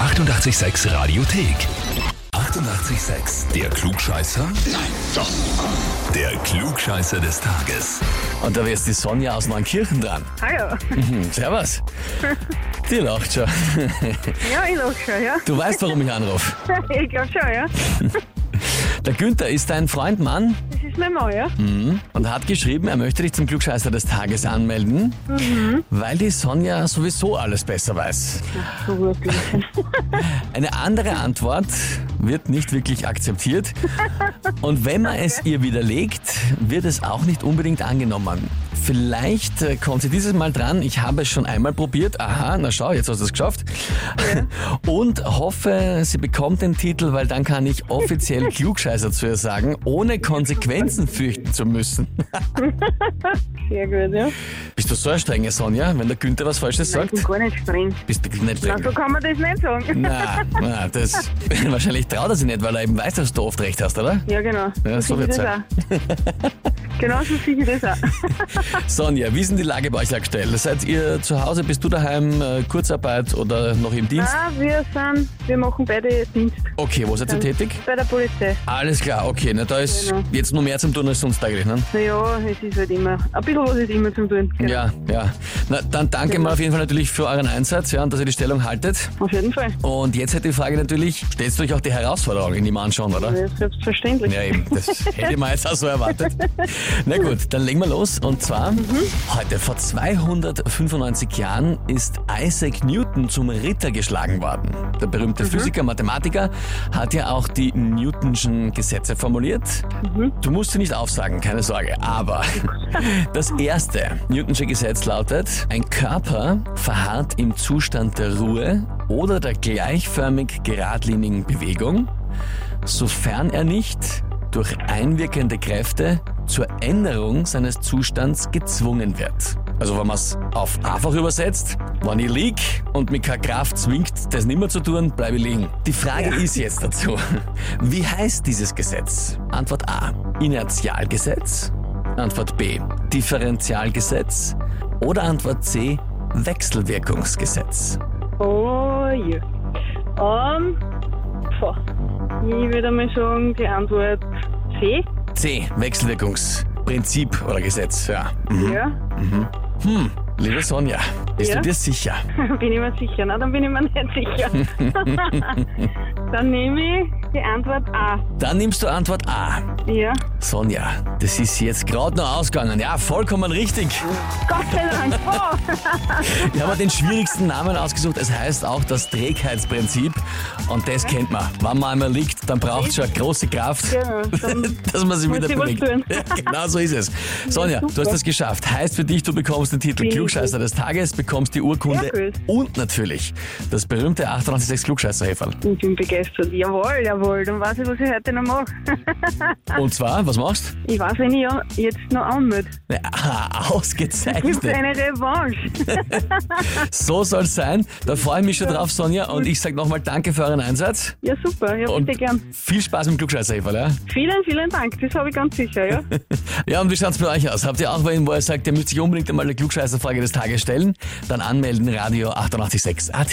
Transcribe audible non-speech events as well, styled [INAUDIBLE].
886 Radiothek. 88,6. Der Klugscheißer? Nein, doch. Der Klugscheißer des Tages. Und da wäre jetzt die Sonja aus Neunkirchen dran. Hallo. Hm, servus. Die lacht schon. Ja, ich lach schon, ja. [LAUGHS] Du weißt, warum ich anrufe. Ich glaube schon, ja. Der Günther ist dein Freund Mann Das ist mein Mann, ja. Hm. und hat geschrieben, er möchte dich zum Klugscheißer des Tages anmelden, weil die Sonja sowieso alles besser weiß. So wirklich. Eine andere Antwort wird nicht wirklich akzeptiert. Und wenn man es ihr widerlegt, wird es auch nicht unbedingt angenommen. Vielleicht äh, kommt sie dieses Mal dran. Ich habe es schon einmal probiert. Aha, na schau, jetzt hast du es geschafft. Und hoffe, sie bekommt den Titel, weil dann kann ich offiziell Klugscheißer zu ihr sagen, ohne Konsequenzen fürchten zu müssen. Sehr gut, ja. Bist du so eine strenge Sonja, wenn der Günther was Falsches Ich bin sagt? gar nicht streng. Bist du nicht Na, streng? so kann man das nicht sagen. Na, na, das wahrscheinlich traut er sich nicht, weil er eben weiß, dass du oft recht hast, oder? Ja, genau. Ja, so sehe wird's ich das sein. auch. Genau so sehe ich das auch. [LAUGHS] Sonja, wie ist denn die Lage bei euch aktuell? Seid ihr zu Hause, bist du daheim, äh, Kurzarbeit oder noch im Dienst? Ah, wir sind, wir machen beide Dienst Okay, wo seid ihr tätig? bei der Polizei. Alles klar, okay. Na, da ist Genau. jetzt nur mehr zum tun als sonst eigentlich, ne? Naja, es ist halt immer, ein bisschen was ist immer zum Tun. Genau. Ja, ja. Na, dann danke mal auf jeden Fall natürlich für euren Einsatz, ja, und dass ihr die Stellung haltet. Auf jeden Fall. Und jetzt hätte die Frage natürlich, stellst du euch auch die Herausforderung in die anschauen, oder? Ja, selbstverständlich. Ja, eben, das hätte man jetzt auch so erwartet. Na gut, dann legen wir los. Und zwar, heute vor 295 Jahren ist Isaac Newton zum Ritter geschlagen worden. Der berühmte Physiker, Mathematiker hat ja auch die Newtonschen Gesetze formuliert. Mhm. Du musst sie nicht aufsagen, keine Sorge. Aber das erste Newtonsche Gesetz lautet, ein Körper verharrt im Zustand der Ruhe oder der gleichförmig geradlinigen Bewegung sofern er nicht durch einwirkende Kräfte zur Änderung seines Zustands gezwungen wird. Also wenn man es auf einfach übersetzt, wenn ich lieg und mich keine Kraft zwingt, das nimmer zu tun, bleibe ich liegen. Die Frage ist jetzt dazu, [LAUGHS] wie heißt dieses Gesetz? Antwort A, Inertialgesetz. Antwort B, Differentialgesetz. Oder Antwort C, Wechselwirkungsgesetz. Oh je. Ähm, boah. ich würde mal sagen, die Antwort C. C, Wechselwirkungsprinzip oder Gesetz, ja. Ja, Hm, liebe Sonja, bist Ja? du dir sicher? [LAUGHS] bin ich mir sicher. Na, dann bin ich mir nicht sicher. dann nehme ich die Antwort A. Dann nimmst du Antwort A. Ja. Sonja, das ist jetzt gerade noch ausgegangen. Ja, vollkommen richtig. Gott sei Dank. Oh, Wir haben ja den schwierigsten Namen ausgesucht. Es heißt auch das Trägheitsprinzip. Und das kennt man. Wenn man einmal liegt, dann braucht es schon eine große Kraft, genau. Dann, [LAUGHS] dass man sich Muss wieder ich was bewegt. tun. Ja, [LAUGHS] genau so ist es. Sonja, du hast super. das geschafft. Heißt für dich, du bekommst den Titel Vielen Klugscheißer des Tages, bekommst die Urkunde Sehr cool. und natürlich das berühmte 886 Klugscheißer-Häferl. ich bin begeistert. Jawohl, jawohl. Dann weiß ich, was ich heute noch mache. Und zwar, was machst Ich weiß, wenn ich ja jetzt noch anmelde. du? Ah, [LAUGHS] Gibt ausgezeichnet. es eine Revanche? So soll's sein. Da freue ich mich schon drauf, Sonja. Und ich sage nochmal danke für euren Einsatz. Ja, super. Ja, Und bitte gern. viel Spaß im Klugscheißerheferl, ja? [LAUGHS] Vielen, vielen Dank. Das habe ich ganz sicher, ja. Ja, und wie schaut's bei euch aus? Habt ihr auch wen, wo ihr sagt, ihr müsst sich unbedingt einmal eine Klugscheißerfrage des Tages stellen? Dann anmelden, Radio 886 AT.